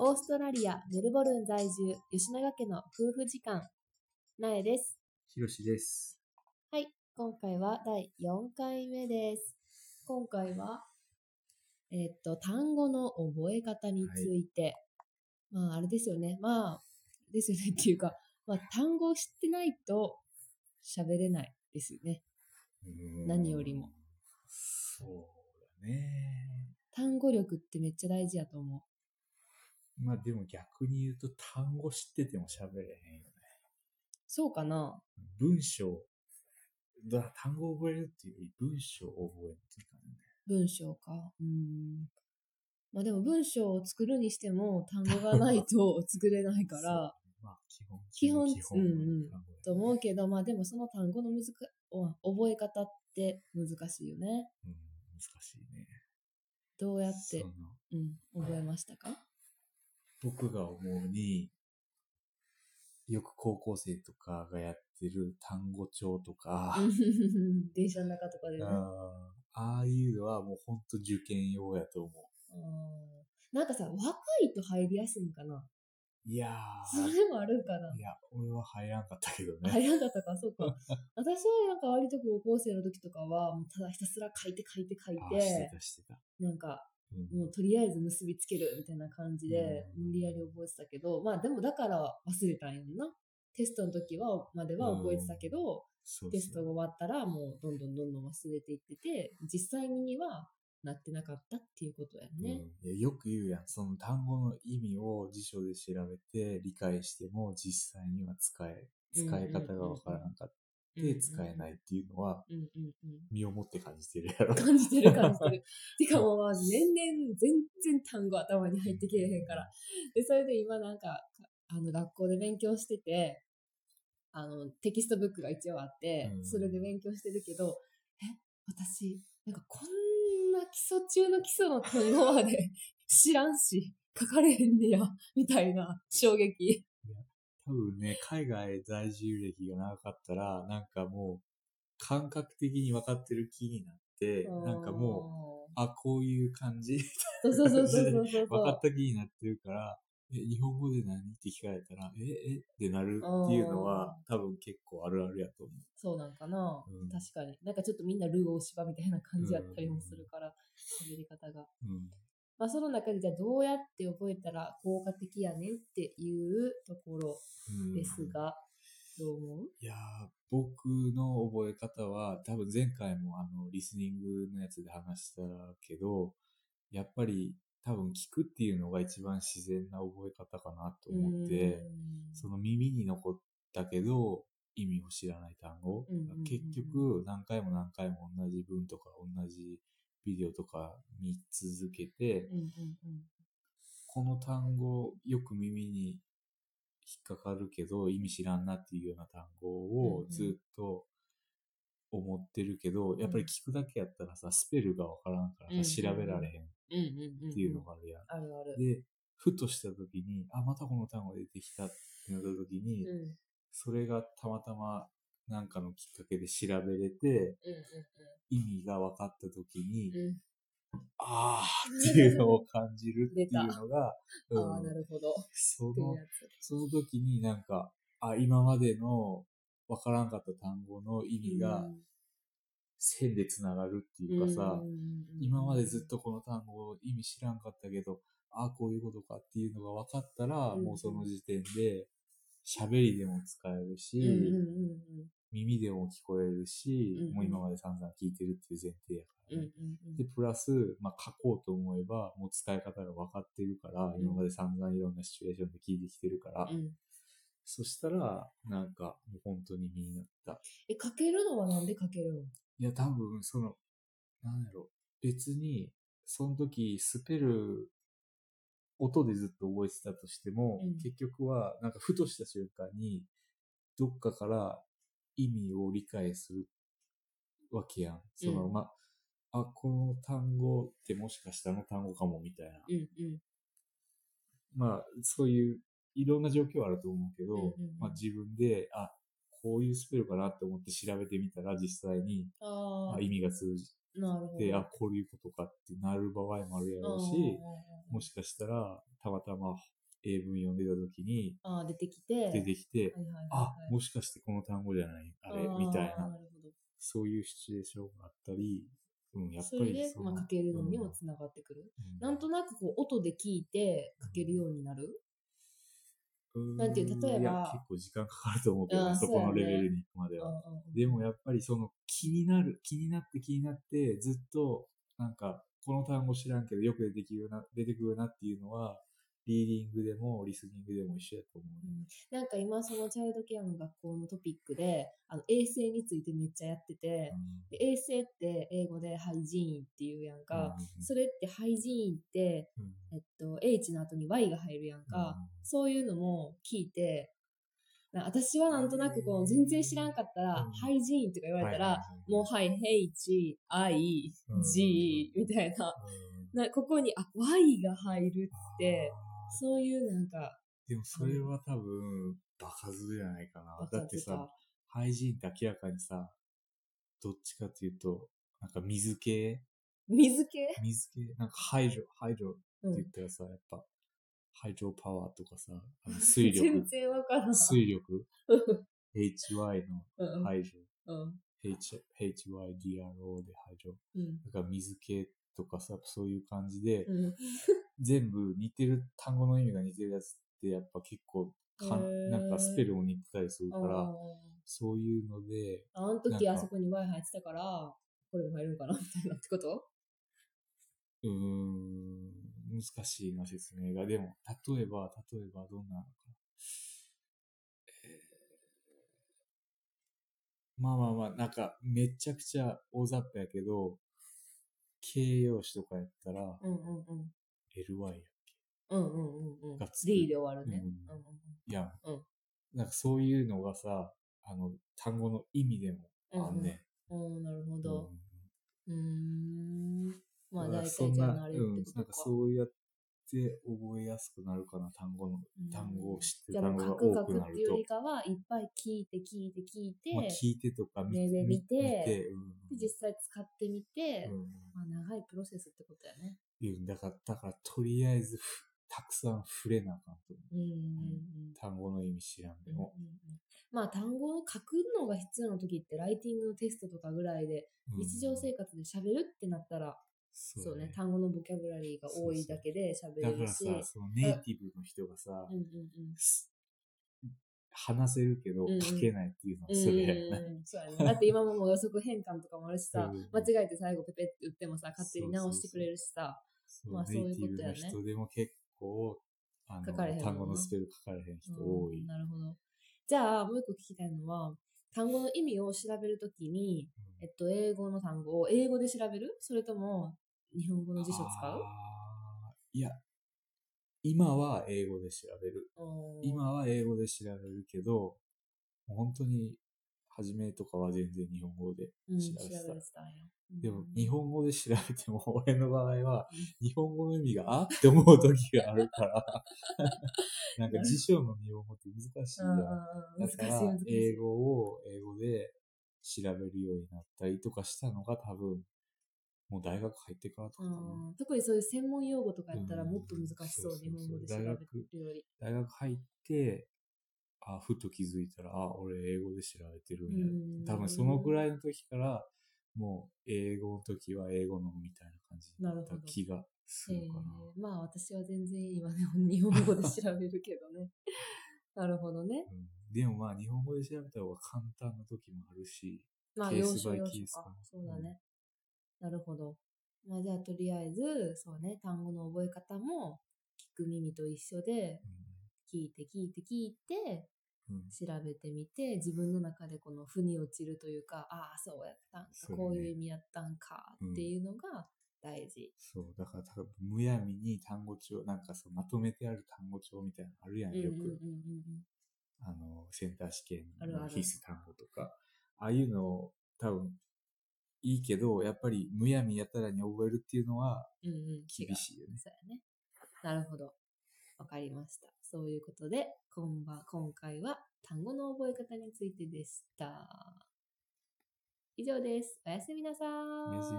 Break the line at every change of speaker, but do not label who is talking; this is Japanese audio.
オーストラリア・メルボルン在住、吉永家の夫婦時間、なえです。
ひろしです。
はい、今回は第4回目です。今回は、えっと、単語の覚え方について、まあ、あれですよね。まあ、ですよねっていうか、まあ、単語を知ってないと喋れないですよね。何よりも。
そうだね。
単語力ってめっちゃ大事やと思う。
まあでも逆に言うと単語知ってても喋れへんよね。
そうかな
文章、だから単語を覚えるっていうより文章を覚えるっていう感
文章か。うん。まあでも文章を作るにしても単語がないと作れない
じ。
から
そう。まあ基本。
基本
基本は
うんうん
単語だよね
と思うけど、まあでもその単語のむずかお覚え方って難しいよね。
うん、難しいね。
どうやって
その、
うん、覚えましたか
僕が思うに、よく高校生とかがやってる単語帳とか、
うん 電車の中とかでね。あ
あーああいうのはもう本当受験用やと思
ーなんかさ、若いと入りやすいんかな
う。いや
そ
ー、
れもあるんかない
や、俺は入らんかったけどね。
早かったか、そうか。 私はなんか割と高校生の時とかは、もうただひたすら書いて書いて書い
あーして
て、
たしてた。
なんか
うん
もうとりあえず結びつけるみたいな感じで
うん
無理やり覚えてたけど、まあでもだから忘れたんやんな。テストの時はまでは覚えてたけど、
そう
テスト
そう
が終わったらもうどんどんどんどん忘れていってて、実際にはなってなかったっていうことやね。
うんいやよく言うやん。その単語の意味を辞書で調べて理解しても実際には使え、使い方がわからなかっ
うん
て使えないっていうのは
うんうんうん。
身をもって感じてる やろ。
感じてる感じて る。てかもうまあ年々全然単語頭に入ってけえへんから。で、それで今なんか、あの学校で勉強してて、あのテキストブックが一応あって
う、ん
それで勉強してるけど、え、私、なんかこんな基礎中の基礎の単語まで 知らんし、書かれへんねや、みたいな衝撃。
多分ね、海外在住歴が長かったら、なんかもう感覚的に分かってる気になって、なんかも
も
う、あ、こういう感じ
う、そうそうそうそうそう
分か
そう
っ。た気になってるから、え、日本語で何って聞かれたら、え、えってなるっていうのは、多分結構あるあるやと思
そうなんかな、
うん
確かに。なんかちょっとみんなルー大芝みたいな感じやったりもするから、喋り方が。
う。うん。
まあその中でじゃあどうやって覚えたら効果的やねんっていうところ
うん
ですが、どう思う
いやー僕の覚え方は、多分前回もあの、リスニングのやつで話したけど、やっぱり多分聞くっていうのが一番自然な覚え方かなと思って、その耳に残ったけど、意味を知らない単語。
うんうんうんうん
結局、何回も何回も同じ文とか同じビデオとか見続けて、
うんうんうん
この単語、よく耳に引っかかるけど、意味知らんなっていうような単語
うん
を
うん
ずっと思ってるけど、やっぱり聞くだけやったらさ、スペルがわからんから
う
さ、
んうん
調べられへんっ
うんうんうん。
ていうのがあるやん。
あるある。
で、ふとした時に、あ、またこの単語出てきたってなった時
う
に
ん、うんうん
それがたまたまなんかのきっかけで調べれて、意味が分かった時に、
うんうん。
あーっていう のを感じるってい
出た
うのが、う
ああ、
ん
なるほど。っ
そ
ていう
の
やつ。
その時になんか、あ、今までの分からんかった単語の意味が線でつながるっていうかさ、今までずっとこの単語意味知らんかったけど、あ、こういうことかっていうのが分かったら、
うん
もうその時点で喋りでも使えるし、
うんうんうん
耳でも聞こえるし、
うんうん
もう今まで散々聞いてるっていう前提やから
うんうんう
ね、
んうん
で、プラス、まあ、書こうと思えば、もう使い方が分かってるから、
うん
今まで散々いろんなシチュエーションで聞いてきてるから、
うん。
そしたら、なんか、もう本当に身になった。
え、かけるのはなんでかけるの
いや、多分、その、なんやろ、別に、その時、スペル、音でずっと覚えてたとしても、
うん
結局は、なんか、ふとした瞬間に、どっかから意味を理解するわけやん。その、
うん
ま、あ、この単語ってもしかしたらあの単語かも、みたいな。
うんうん。
まあ、そういう、いろんな状況はあると思うけど、
うんうんうん
まあ、自分で、あ、こういうスペルかなって思って調べてみたら、実際に、
あ
ま
あ
あ、。意味が通じ
なるほ
で、
ど。
あ、こういうことかってなる場合もあるやろう
うんうんうん
し、もしかしたら、たまたま英文読んでた時に
あー出てきて、
出てきて、
はいはいはい
あ
はい、
もしかしてこの単語じゃない、あれ、
ー
みたい
る
な
ほ、ど
そういうシチュエーションがあったり、うん、やっ
そ
ぱ
れ
り
で、
そ
ま
の
あ、かけるのにも
う
つながってくる。
ん
なんとなくこう音で聞いてかけるようになる。
うん
なんていう例えば
いや結構時間かかると思うけど
あ
ね、
ー
そこの
そう
レ
やね
ベルに行くまでは。
うんうんうん
でもやっぱりその気になる、気になって気になって、ずっとなんかこの単語知らんけどよく出てくるよな、出てくるなっていうのは、リーディングでもリスニングでも一緒やと思うね。
なんか今そのチャイルドケアの学校のトピックであの衛生についてめっちゃやってて、で衛生って英語でハイジーンっていうやんか、
うん
それってハイジーンって、
う
え
ん
っと、H の後に Y が入るやんか、そういうのも聞いて、な私はなんとなくこう、全然知らんかったら
うん、
ハイジーンとか言われたら、、もうはい、H、I、G みたいな。なここに、あ、Y が入るっ
で
て、、そういうなんか、
でもそれは多分、バカずるじゃないかな
バ。カ
だって
ず
さ
か、
廃人って明らかにさ、どっちかっていうと、なんか水系
水系
水系なんかハイドロ、ハイドロ
う
って言
ん。
ったらさ、やっぱ、ハイドロパワーとかさ、あの水
全
力、
然わからん。
水力、
うん。
HY の
うん
ハイドロ、
うん。
H HYDRO でハイドロ。
うん。
だから水系とかさ、そういう感じで、
うん
全部似てる、単語の意味が似てるやつって、やっぱ結構か
へー
ん、なんかスペルも似てたりするか
あ
ら
ー、
そういうので、
あの時あそこに Y 入ってたから、これも入るのかなみたいなってこと
うーん、難しいな、説明が。でも、例えば、例えば、どんなのか。えーまあまあまあ、なんか、めちゃくちゃ大雑把やけど、形容詞とかやったら、
うんうんうん。
LY やっ
うんうんうんうん。
がつく
D で終わるね。
う
うんんうんうん
けやん。
うん
なんか、そういうのがさ、あの、単語の意味でもあんね。
おおなるほ
うん
ど。うーん。まあ、
だから
大
そ
体
ん
じゃ
な
あ慣れるって
うん、
こ
なん
と
か
か。
そうやって覚えやすくなるかな、単語の
うん
単語を知って
じゃ
る
あも
単
う、カク
語が多
カ
く
ク
な
って
る
いうよ
と
り、かは、いっぱい聞いて、聞いて、聞いて、
まあ、聞いてとか見
目で見て
見てうん
で実際使ってみて、
うん
まあ、長いプロセスってことやね。
うんだから、だからとりあえずふたくさん触れなあかんと思う。
うんうん
単語の意味知らん
うんう
で
んうんうん
も。
まあ、単語を書くのが必要な時って、ライティングのテストとかぐらいで、
うん
日常生活で喋るってなったら、
そ
そう
う
ね
ね、。
単語のボキャブラリーが多いだけで喋
だ
れ
か
る
ら
し。
さ、そのネイティブの人がさ
うん、うんうん
す話せるけど
うんうん
書けないっていうのはそれやな
うんそうやね。だって今ももう予測変換とかもあるしさ
うんうん、
間違えて最後ペペって打ってもさ、勝手に直してくれるしさ、
そう
まあそういう
ネイティブ
こ
の
とやね
人でも結構、あ
書かれへんもんな
の、単語のスペル書かれへん人多
う
い
ん。なるほど。じゃあ、もう一個聞きたいのは、単語の意味を調べるときに、えっと、英語の単語を英語で調べるそれとも、日本語の辞書使う
あーいや、今は英語で調べる。
うん
今は英語で調べるけど、もう本当に、初めとかは全然日本語で
うん
調
調
べ
べ
てた。
てたんや。
でも、
うん
日本語で調べても、 俺の場合は、日本語の意味が、あって思う時がある から、なんか辞書の日本語って難しい
うん
や
うん
ん。
うん
だ
難しい
から
難し、
英
い。
語を英語で調べるようになったりとかしたのが多分、もう大学入ってからとか
う
かな。
ん特にそういう専門用語とかやったら
うん
もっと難しそう、
そうそうそ
日
う
本語で調べるより。
大学入って、あ、ふと気づいたら、あ、俺英語で調べてるんや。
うん
多分そのぐらいの時から、もう英語の時は英語のみたいな感じだった気がするかな。
えーまあ私は全然今でも日本語で調べるけどね。 なるほどね。
うんでもまあ日本語で調べた方が簡単な時もあるし、
まあ
ケー
要
ス
所
バイ
要
ケース
所
か
か。そうだね。なるほど。まあじゃあとりあえず、そうね、単語の覚え方も聞く耳と一緒で、聞いて聞いて聞いて、
うんうん
調べてみて、自分の中でこの腑に落ちるというか、ああ、そうやったんか、
そうね
こういう意味やったんかっていうのが大事。
そう、だから多分むやみに単語帳、なんかそうまとめてある単語帳みたいなのあるやん、
うんうん
よ
うんうん
く。あの、センター試験
あるあ
の
る
必須単語とか。ああいうのを多分いいけど、やっぱりむやみやたらに覚えるっていうのは
うん。うんうん、違
厳
う
しいよね。
そうやね。なるほど。わかりました。そういうことで、今晩今回は単語の覚え方についてでした。以上です。おやすみなさーい。
おやすみ